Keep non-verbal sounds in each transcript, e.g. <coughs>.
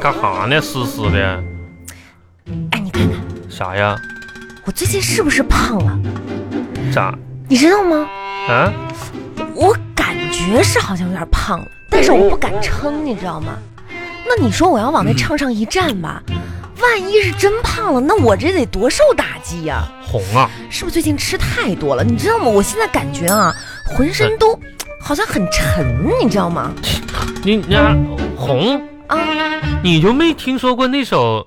干哈呢？湿湿的，哎，你看看啥呀？我最近是不是胖了？咋？你知道吗？啊？我感觉是好像有点胖了，但是我不敢称，你知道吗？那你说我要往那秤上一站吧，万一是真胖了，那我这得多受打击呀、红啊？是不是最近吃太多了？你知道吗？我现在感觉啊，浑身都好像很沉，你知道吗？你你啊红？啊，你就没听说过那首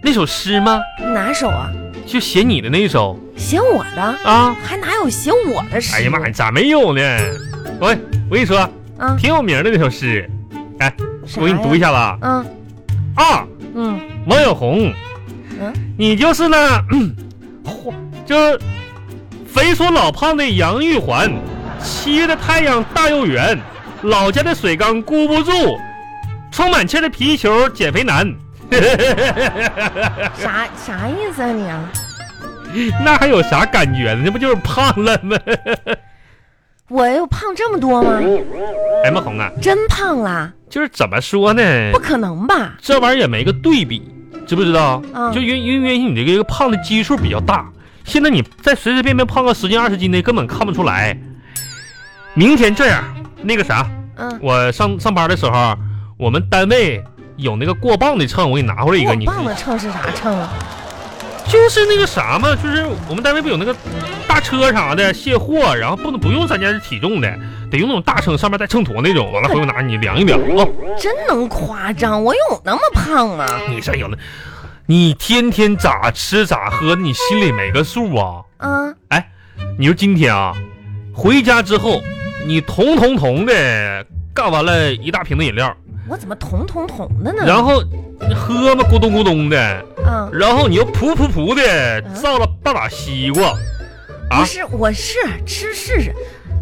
那首诗吗？哪首啊？就写你的那首写我的？啊？还哪有写我的诗？哎呀妈呀，咋没有呢？喂，我跟你说，啊，挺有名的那首诗，哎，啥我给你读一下。下吧。啊，啊，嗯王小红，嗯，你就是那， <clears throat> 嗯嚯就是肥缩老胖的杨玉环，七月的太阳大又圆，老家的水缸箍不住，充满气儿的皮球减肥男，啥啥意思啊你啊？那还有啥感觉呢？那不就是胖了吗？ <laughs> 我又胖这么多吗？哎妈红啊，真胖啦？就是怎么说呢？不可能吧？这玩意儿也没个对比，知不知道？嗯就因因为你这个胖的基数比较大，现在你再随随便便胖个十斤二十斤的，根本看不出来。明天这样，那个啥，嗯，我上上班的时候，我们单位有那个过磅的秤，我给你拿回来一个，我你棒的秤是啥秤啊？就是那个啥嘛，就是我们单位不有那个大车啥的卸货，然后不能不用咱家是体重的，得用那种大秤，上面带秤砣那种，完了回头拿你量一量啊。真能夸张？我有那么胖吗？你这有那，你天天咋吃咋喝，你心里没个数啊？啊，你说今天啊，回家之后，你彤彤彤的干完了一大瓶子饮料，我怎么彤彤彤的呢？然后喝嘛咕咚咕咚的，啊，然后你又噗噗噗的嗯造了半把西瓜，啊不是，我是吃试试。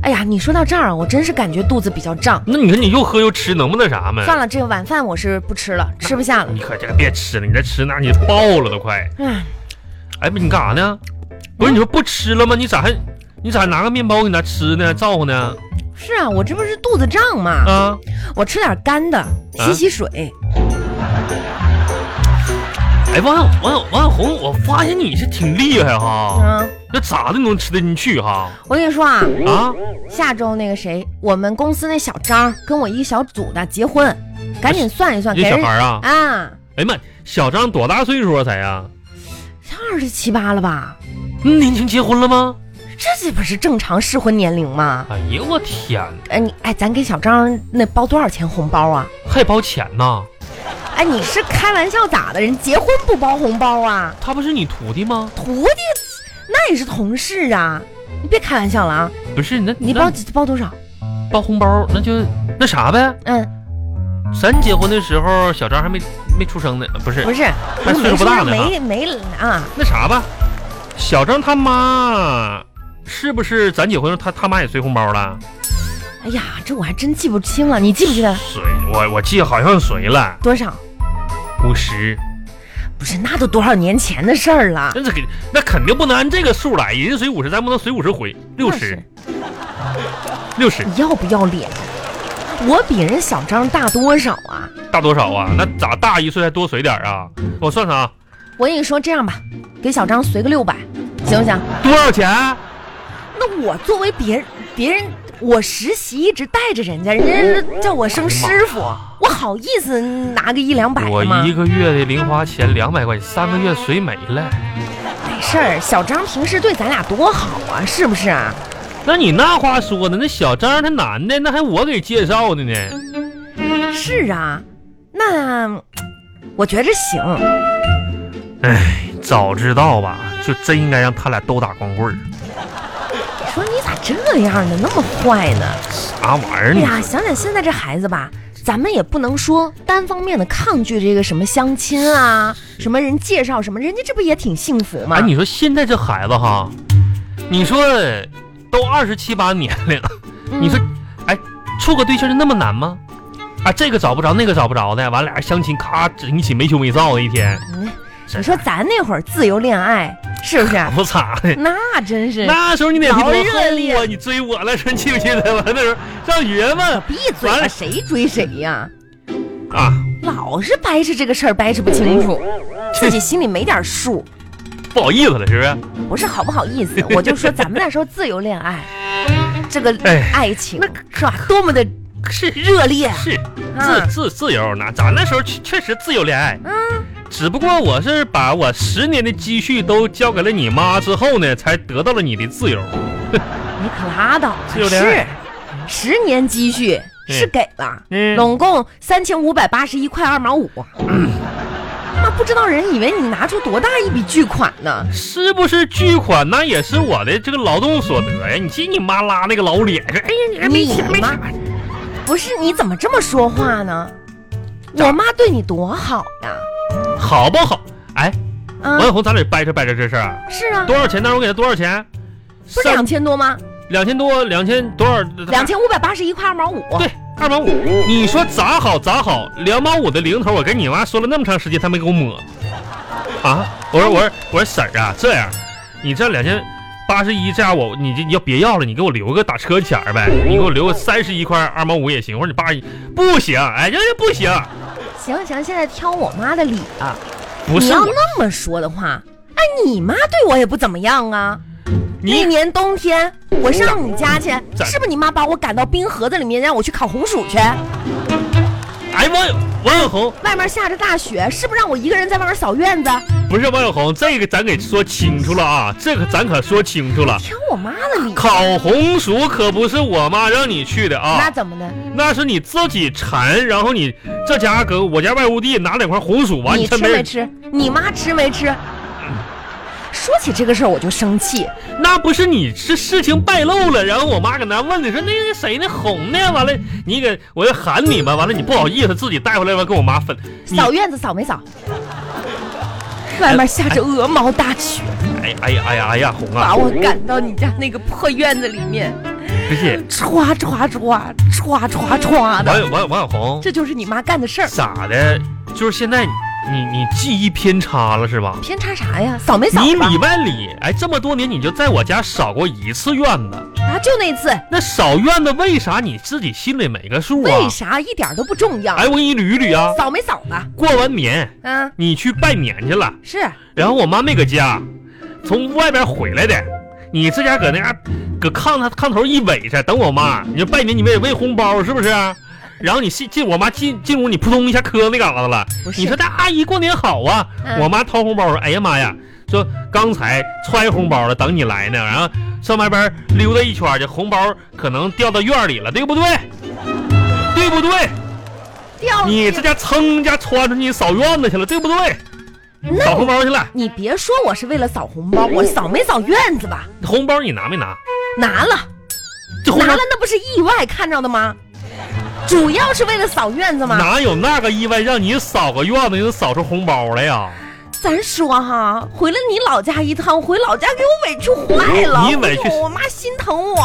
哎呀，你说到这儿，我真是感觉肚子比较胀。那你看你又喝又吃，能不那啥嘛？算了，这个晚饭我是不吃了，吃不下了你。可这个别吃了，你再吃那你爆了都快！哎，哎，不你干啥呢？不是你说不吃了吗？你咋还你咋还拿个面包给他吃呢？照顾呢？是啊，我这不是肚子胀嘛，啊？我吃点干的，洗洗水。哎，王小王小王小红，我发现你是挺厉害哈，啊，那咋的你能吃得进去哈？我跟你说啊，啊，下周那个谁，我们公司那小张跟我一个小组的结婚，赶紧算一算，这给小人孩啊，啊，哎呀妈，小张多大岁数啊？才呀？才二十七八了吧？嗯年轻结婚了吗？这这不是正常适婚年龄吗？哎呀，我天，哎，你哎，咱给小张那包多少钱红包啊？还包钱呢？哎，你是开玩笑咋的？人结婚不包红包啊？他不是你徒弟吗？徒弟那也是同事啊，你别开玩笑了啊！不是，那你那包包多少？包红包，那就那啥呗。嗯，咱结婚的时候，小张还没没出生呢，呃不是不是，还岁数不大呢哈没没啊，那啥吧？小张他妈是不是咱结婚时候他他妈也随红包了？哎呀，这我还真记不清了，你记不记得随我我记得好像随了多少？五十。不是，那都多少年前的事 <laughs> 儿了。那这肯那肯定不能按这个数来，人家随五十，咱不能随五十回，六那十是，六十你要不要脸？我比人小张大多少啊？大多少啊？那咋大一岁还多随点儿啊？我算算啊，我跟你说，这样吧，给小张随个六百，行不行？多少钱？啊那我作为别人，别人我实习一直带着人家，人家叫我声师傅，我好意思拿个一两百哎我的吗一？个月的零花钱两百块钱，三个月随没了。没事儿，小张平时对咱俩多好啊，是不是啊？那你那话说的，那小张他男的，那还我给介绍的呢。是啊，那我觉着行，哎，早知道吧，就真应该让他俩都打光棍儿。你说你咋这样呢？那么坏呢？啥玩意儿哎你？呀，想想现在这孩子吧，咱们也不能说单方面的抗拒这个什么相亲啊，什么人介绍什么，人家这不也挺幸福吗？哎，你说现在这孩子哈，你说都二十七八年龄，嗯你说，哎，处个对象就那么难吗？啊，这个找不着，那个找不着的，完俩人相亲，咔整一起没羞没臊的一天，嗯你说咱那会儿自由恋爱 <laughs> 是不是？不咋的。那真是那时候你哪天嗯老我热恨我，烈啊你追我了，说你 <laughs> 记不记得？完那时候上学嘛闭嘴完吧，了谁追谁呀、啊，老是掰扯这个事儿，掰扯不清 <laughs> 楚，自己心里没点数，不好意思了，是不是？不是好不好 <laughs> 意思，我就说咱们那时候自由恋爱，这个哎爱情是吧，多么的是热烈啊！是啊自自自由，那咱那时候确确实自由恋爱。嗯，只不过我是把我十年的积蓄都交给了你妈之后呢，才得到了你的自由。你可拉倒吧，自由恋爱是十年积蓄是给了，嗯拢共三千五百八十一块二毛五。那不知道人以为你拿出多大一笔巨款呢？是不是巨款？那也是我的这个劳动所得呀！你记你妈拉那个老脸，说哎呀，你还没你钱没妈钱。不是，你怎么这么说话呢？咋我妈对你多好呀！好不好？哎，啊王，小红，咱俩掰扯掰扯这事儿啊，是啊，多少钱？当时我给他多少钱？不是三两千 <laughs> 多吗？两千多，两千多少？两千五百八十一块二毛五。对，二毛五。你说咋好咋好，两毛五的零头，我跟你妈说了那么长时间，她没给我抹。啊，我哎说我说我说婶儿啊，这样，你这两千八十一，这样我你就你要别要了，你给我留个打车钱儿呗，你给我留个三十一块二毛五也行，或者你八一不行，哎，这这不行，行行，现在挑我妈的理了。不你是要我，那么说的话，哎，你妈对我也不怎么样啊。那你嗯年冬天，我上你家去，咋是不是你妈把我赶到冰盒子里面，让我去烤红薯去？哎王王小红外面下着大雪，是不是让我一个人在外面扫院子？不是王小红，这个咱给说清楚了啊，这个咱可说清楚了，挑我妈的理，烤红薯可不是我妈让你去的啊。那怎么的？那是你自己馋，然后你这家搁我家外屋地拿两块红薯完，你趁吃没没人吃？你妈吃没吃？说起这个事儿我就生气，那不是你是事情败露了，然后我妈搁那问你说那个谁那红呢？完了你给我就喊你吧，完了你不好意思自己带回来完跟我妈分，你扫院子扫没扫？外面下着鹅毛大雪，哎哎呀哎呀哎呀红啊把，我赶到你家那个破院子里面，不是歘歘歘歘歘歘的，王王王小红这就是你妈干的事儿。咋的？就是现在你你记忆偏差了是吧？偏差啥呀？扫没扫你吧？里外里哎这么多年你就在我家扫过一次院子，啊，就那次，那扫院子为啥你自己心里没个数啊？为啥一点都不重要？哎，我给你捋一捋啊。扫没扫吧？过完年嗯，你去拜年去了，是然后我妈没搁家，从外边回来的。你自家搁那嘎搁炕上炕头一围着，等我妈。你说拜年你们也喂红包是不是？然后你进进我妈进进屋，你扑通一下磕那嘎达了。不是？你说大阿姨过年好啊！嗯我妈掏红包说：“哎呀妈呀，说刚才揣红包了，等你来呢。”然后上外边溜达一圈去，红包可能掉到院里了，对不对？对不对？掉你这家噌家窜出去扫院子去了，对不对？那扫红我包去了，你别说我是为了扫红哦包，我扫没扫院子吧？红包你拿没拿？拿了，这红拿包了，那不是意外看着的吗？主要是为了扫院子吗？哪有那个意外让你扫个院子你就扫出红包来呀？咱说哈，回了你老家一趟，回老家给我委屈坏了。你委屈哎呦我妈心疼我，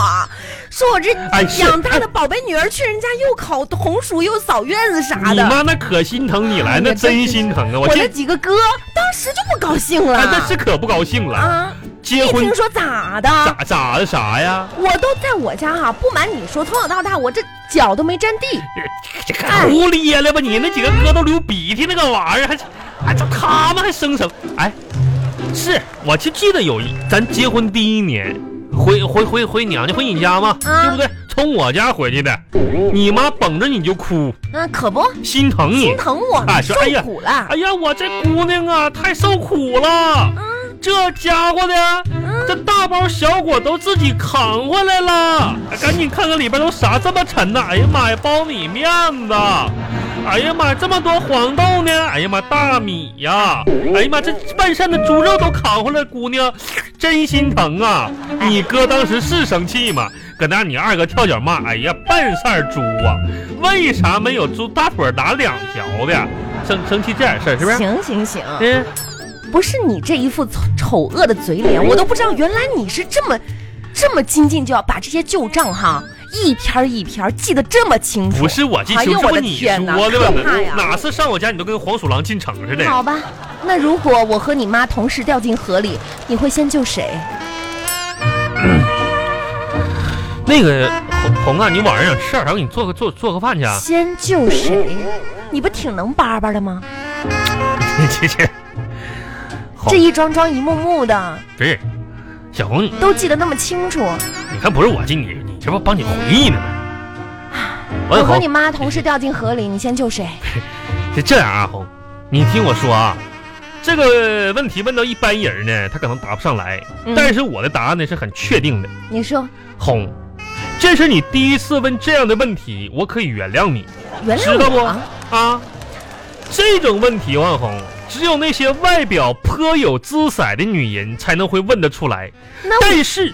说我这哎是养大的宝贝女儿去人家又烤红薯又扫院子啥你的。妈那可心疼你哎来，呀那真真是心疼啊！我我那这几个哥当时就不高兴了。哎，那是可不高兴了。啊，结一婚听说啊咋的，咋咋的啥呀？我都在我家哈、不瞒你说，从小到大我这脚都没沾地。这个哎胡咧咧吧你，那几个哥都流鼻涕那个玩意儿，还还这他们还生成哎，是我就记得有一咱结婚第一年，回回回回娘家回你家嘛，啊对不对？从我家回去的，你妈捧着你就哭，嗯，可不，心疼你心。疼我，哎受说哎呀苦了。哎呀，我这姑娘啊，太受苦了，这家伙的，这大包小裹都自己扛回来了，哎赶紧看看里边都啥这么沉呐！哎呀妈呀，苞米面子，哎呀妈，这么多黄豆呢！哎呀妈，大米呀、哎呀妈，这半扇的猪肉都扛回来，姑娘真心疼啊！你哥当时是生气吗？搁那你二哥跳脚骂，哎呀，半扇猪啊，为啥没有猪大腿打两条的？生生气这点事儿是不是？行行行，嗯，不是你这一副丑丑恶的嘴脸，我都不知道原来你是这么这么精进，就要把这些旧账哈一篇儿一篇儿记得这么清楚。不是我记哎清呦楚，这我不的你天哪说的可怕呀嗯吧？哪次上我家你都跟黄鼠狼进城似的？好吧，那如果我和你妈同时掉进河里，你会先救谁？那个黄红啊，你晚上想吃点啥？我给你做个做做个饭去啊。先救谁？你不挺能叭叭的吗？ <laughs> 这 <laughs> 这好这一桩桩一幕幕的不是，小红，你都记得那么清楚。你看不是我这你你这不帮你回忆呢吗？王我小和红你，妈同时掉进河里，你先救谁？是这样啊，红，你听我说啊，这个问题问到一般人呢，他可能答不上来，嗯但是我的答案呢是很确定的。你说红，这是你第一次问这样的问题，我可以原谅你原知道谅不我啊，啊。这种问题，王小红，只有那些外表颇有姿色的女人才能会问得出来。那我但是，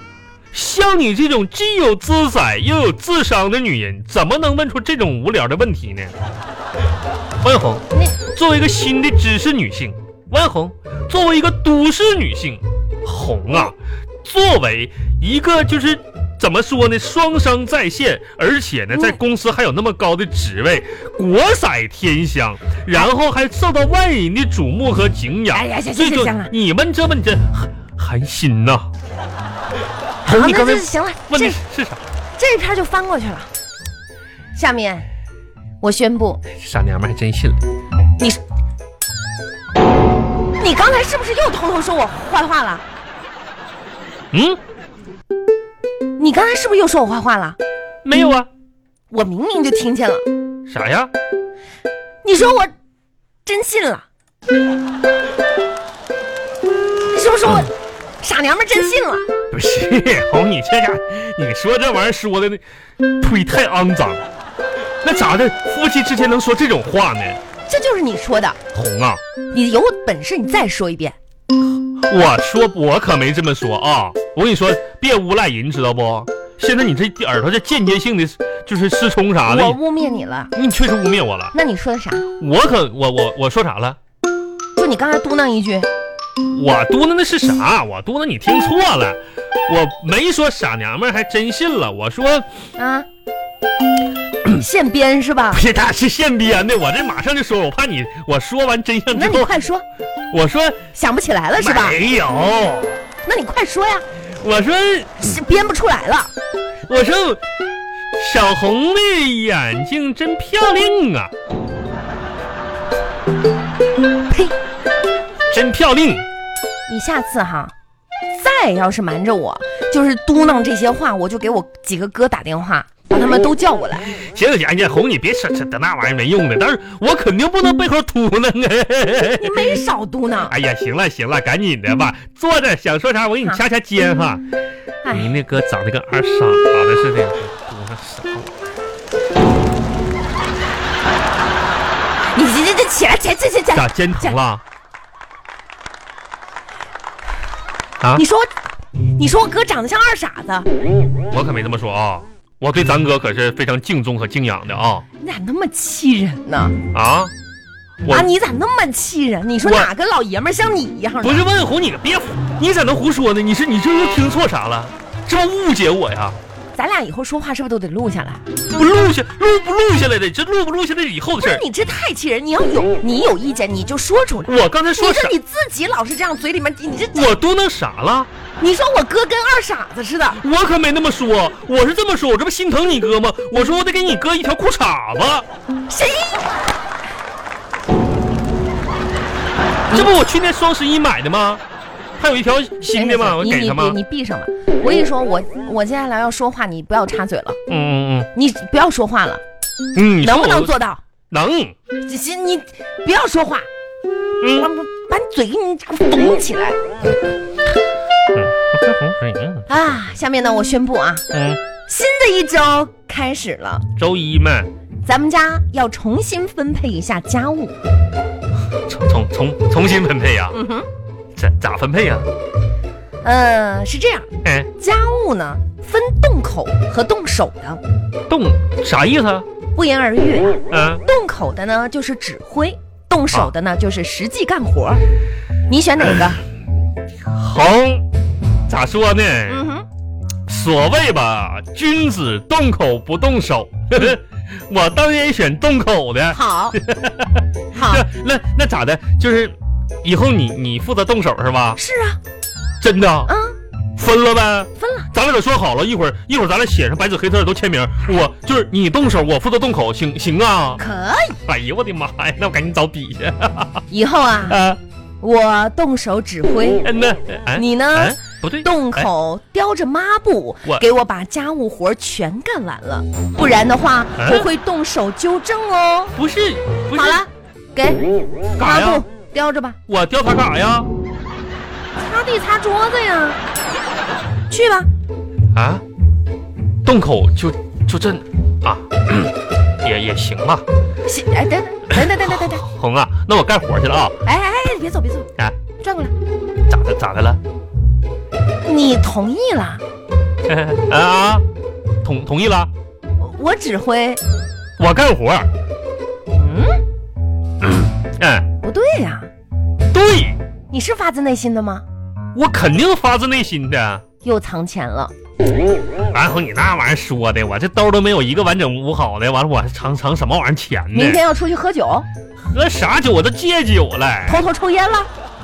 像你这种既有姿色又有智商的女人，怎么能问出这种无聊的问题呢？万红，那啊作为一个新的知识女性，万红，作为一个都市女性，红啊，作为一个就是怎么说呢，双商在线，而且呢，嗯在公司还有那么高的职位，国色天香，然后还受到外人的瞩目和敬仰。哎呀行行最行重行了你们这问这寒寒心呐、好，红，你那刚才这行了，问这的是啥？这篇就翻过去了。下面我宣布，傻娘们还真信了。你你刚才是不是又偷偷说我坏话了？嗯，你刚才是不是又说我坏话了？没有啊，嗯我明明就听见了，啥呀？你说我真信了，你是不是说我傻娘们儿真信了？ <laughs> 不是红，你这家你说这玩意儿说的那呸太肮脏了。那咋的，夫妻之间能说这种话呢？这就是你说的，红啊，你有本事你再说一遍。我说我可没这么说啊！我跟你说，别诬赖人，知道不？现在你这耳朵这间接性的，就是失聪啥的我，污蔑你了，你确实污蔑我了。那你说的啥？我可我我我说啥了？就你刚才嘟囔一句，我嘟囔的是啥？我嘟囔你听错了，我没说傻娘们儿还真信了。我说 <laughs> 啊，现编是吧不？是，他是现编的，我这马上就说，我怕你我说完真相那之你后，快说，我说想不起来了是吧？没有，那你快说呀，我说是编不出来了。我说小红的眼睛真漂亮啊，呸！真漂亮。你下次哈，再要是瞒着我，就是嘟囔这些话，我就给我几个哥打电话，把他们都叫过来。行行行，红你别扯扯那玩意儿没用的，但是我肯定不能背后嘟囔啊。你没少嘟囔， <laughs> 哎呀，行了行了，赶紧的吧，坐着想说啥我给你掐掐肩哈。你嗯哎，那哥长得跟二傻子似的，嘟囔啥玩意儿？你这这这起来，起来，起来起来起咋来！肩疼哎了？啊你，说我，你说我哥长得像二傻子，我可没这么说啊！我对咱哥可是非常敬重和敬仰的啊！你咋那么气人呢？啊，我啊，你咋那么气人？你说我哪个老爷们儿像你一样啊不呢？是万红，你别胡，你咋能胡说呢？你是你这是听错啥了？是不是误解我呀？咱俩以后说话是不是都得录下来？不录下录不录下来的，这录不录下来是以后的不事是儿。你这太气人！你要有你有意见你就说出来。我刚才说你啥说？你自己老是这样，嘴里面你这我嘟囔啥了？你说我哥跟二傻子似的，我可没那么说，我是这么说，我这不心疼你哥吗？我说我得给你哥一条裤衩子，谁？嗯这不我去年双十一买的吗？还有一条新的吗？我你给你他你吗？你闭上吧！我跟你说，我我接下来要说话，你不要插嘴了，嗯嗯你不要说话了，嗯嗯，你说能不能我做到？能，这行，你不要说话，嗯我我把你嘴给你缝起来嗯啊！下面呢，我宣布啊，嗯，新的一周开始了，周一嘛，咱们家要重新分配一下家务。重重重重新分配呀、嗯哼，咋咋分配呀、呃，是这样，哎，家务呢分动口和动手的，动啥意思啊？不言而喻。嗯、动口的呢就是指挥，动手的呢就是实际干活。你选哪个？红，咋说呢？嗯哼，所谓吧，君子动口不动手。 <laughs> 我当然选动口的。好，好，这那那咋的？就是以后你你负责动手是吧？是啊，真的？啊，分了呗。分了，咱俩得说好了，一会儿一会儿咱俩写上白纸黑字都签名，我就是你动手，我负责动口，行行啊？可以。哎呀，我的妈呀，那我赶紧找笔去。以后啊，啊，我动手指挥，嗯那，哎你呢？哎不对，洞口叼着抹布我，给我把家务活全干完了，不然的话啊我会动手纠正哦。不是不是好，了，给干啥抹呀布？叼着吧，我调查干啥呀？擦地擦桌子呀。去吧，啊，洞口就就这啊， <clears throat> 也也行吧。洗哎等等等等等等等，红啊，那我干活去了啊。哎哎哎，别走别走，啊，转过来。咋的咋的了？ <laughs> 你同意了，啊，同同意了，我我指挥，我干活。嗯，嗯， <coughs> 不对呀、对你是发自内心的吗？我肯定发自内心的。又藏钱了，然后你那玩意儿说的，我这兜都没有一个完整无好的，完了我藏藏什么玩意儿钱呢明？天要出去喝酒，喝啥酒我都戒酒了。偷偷抽烟了，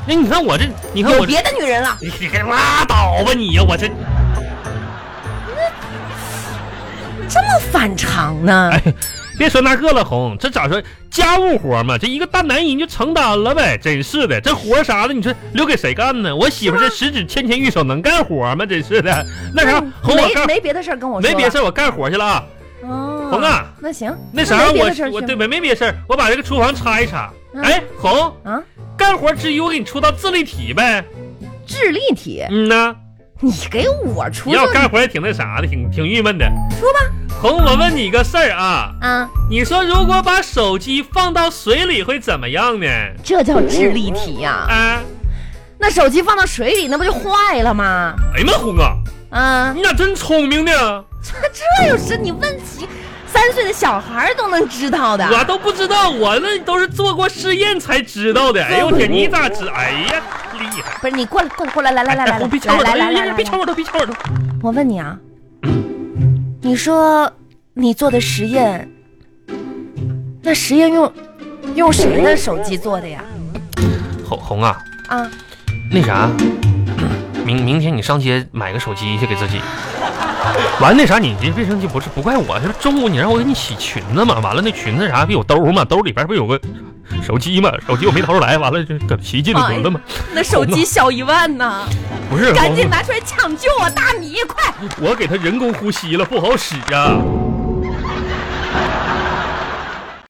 那你看我这，你看有我这，别的女人了，你你给拉倒吧你呀！我这，这么反常呢？哎，别说那个了，红，这咋说家务活嘛，这一个大男人就承担了呗，真是的，这活啥的，你说留给谁干呢？我媳妇这十指纤纤玉手能干活吗？真是的，那啥，红我嗯没干没别的事儿跟我说，没别事，，我干活去了啊。哦，红啊，那行，那啥，没别我的事儿我去对没没别事儿，我把这个厨房擦一擦。嗯哎，红，啊，干活之余我给你出道智力题呗。智力题，嗯呐，你给我出你这要干活也挺那啥的，挺挺郁闷的。出吧，红，我问你个事儿啊，啊，你说如果把手机放到水里会怎么样呢？这叫智力题呀、啊，那手机放到水里，那不就坏了吗？哎呀妈，红啊，啊，你咋真聪明呢？这这有什？你问起三岁的小孩儿都能知道的。我都不知道，我那都是做过试验才知道的。哎呦我天，你咋知？哎呀，厉害！不是你过来，过来，过来，来来来哎来来红别来抢我头，来来来哎来别抢来，我头，别抢我头。我问你啊，你说你做的实验，那实验用用谁的手机做的呀？红红啊，啊，那啥，明明天你上街买个手机去给自己。完那啥，你这别生气，不是不怪我，是中午你让我给你洗裙子嘛，完了那裙子啥不有兜嘛，兜里边不有个手机嘛，手机我没掏出来，完了就搁洗衣机里滚了嘛，哎那手机小一万呢， <laughs> 不是，赶紧拿出来抢救啊！大米，快！我我给它人工呼吸了，不好使啊。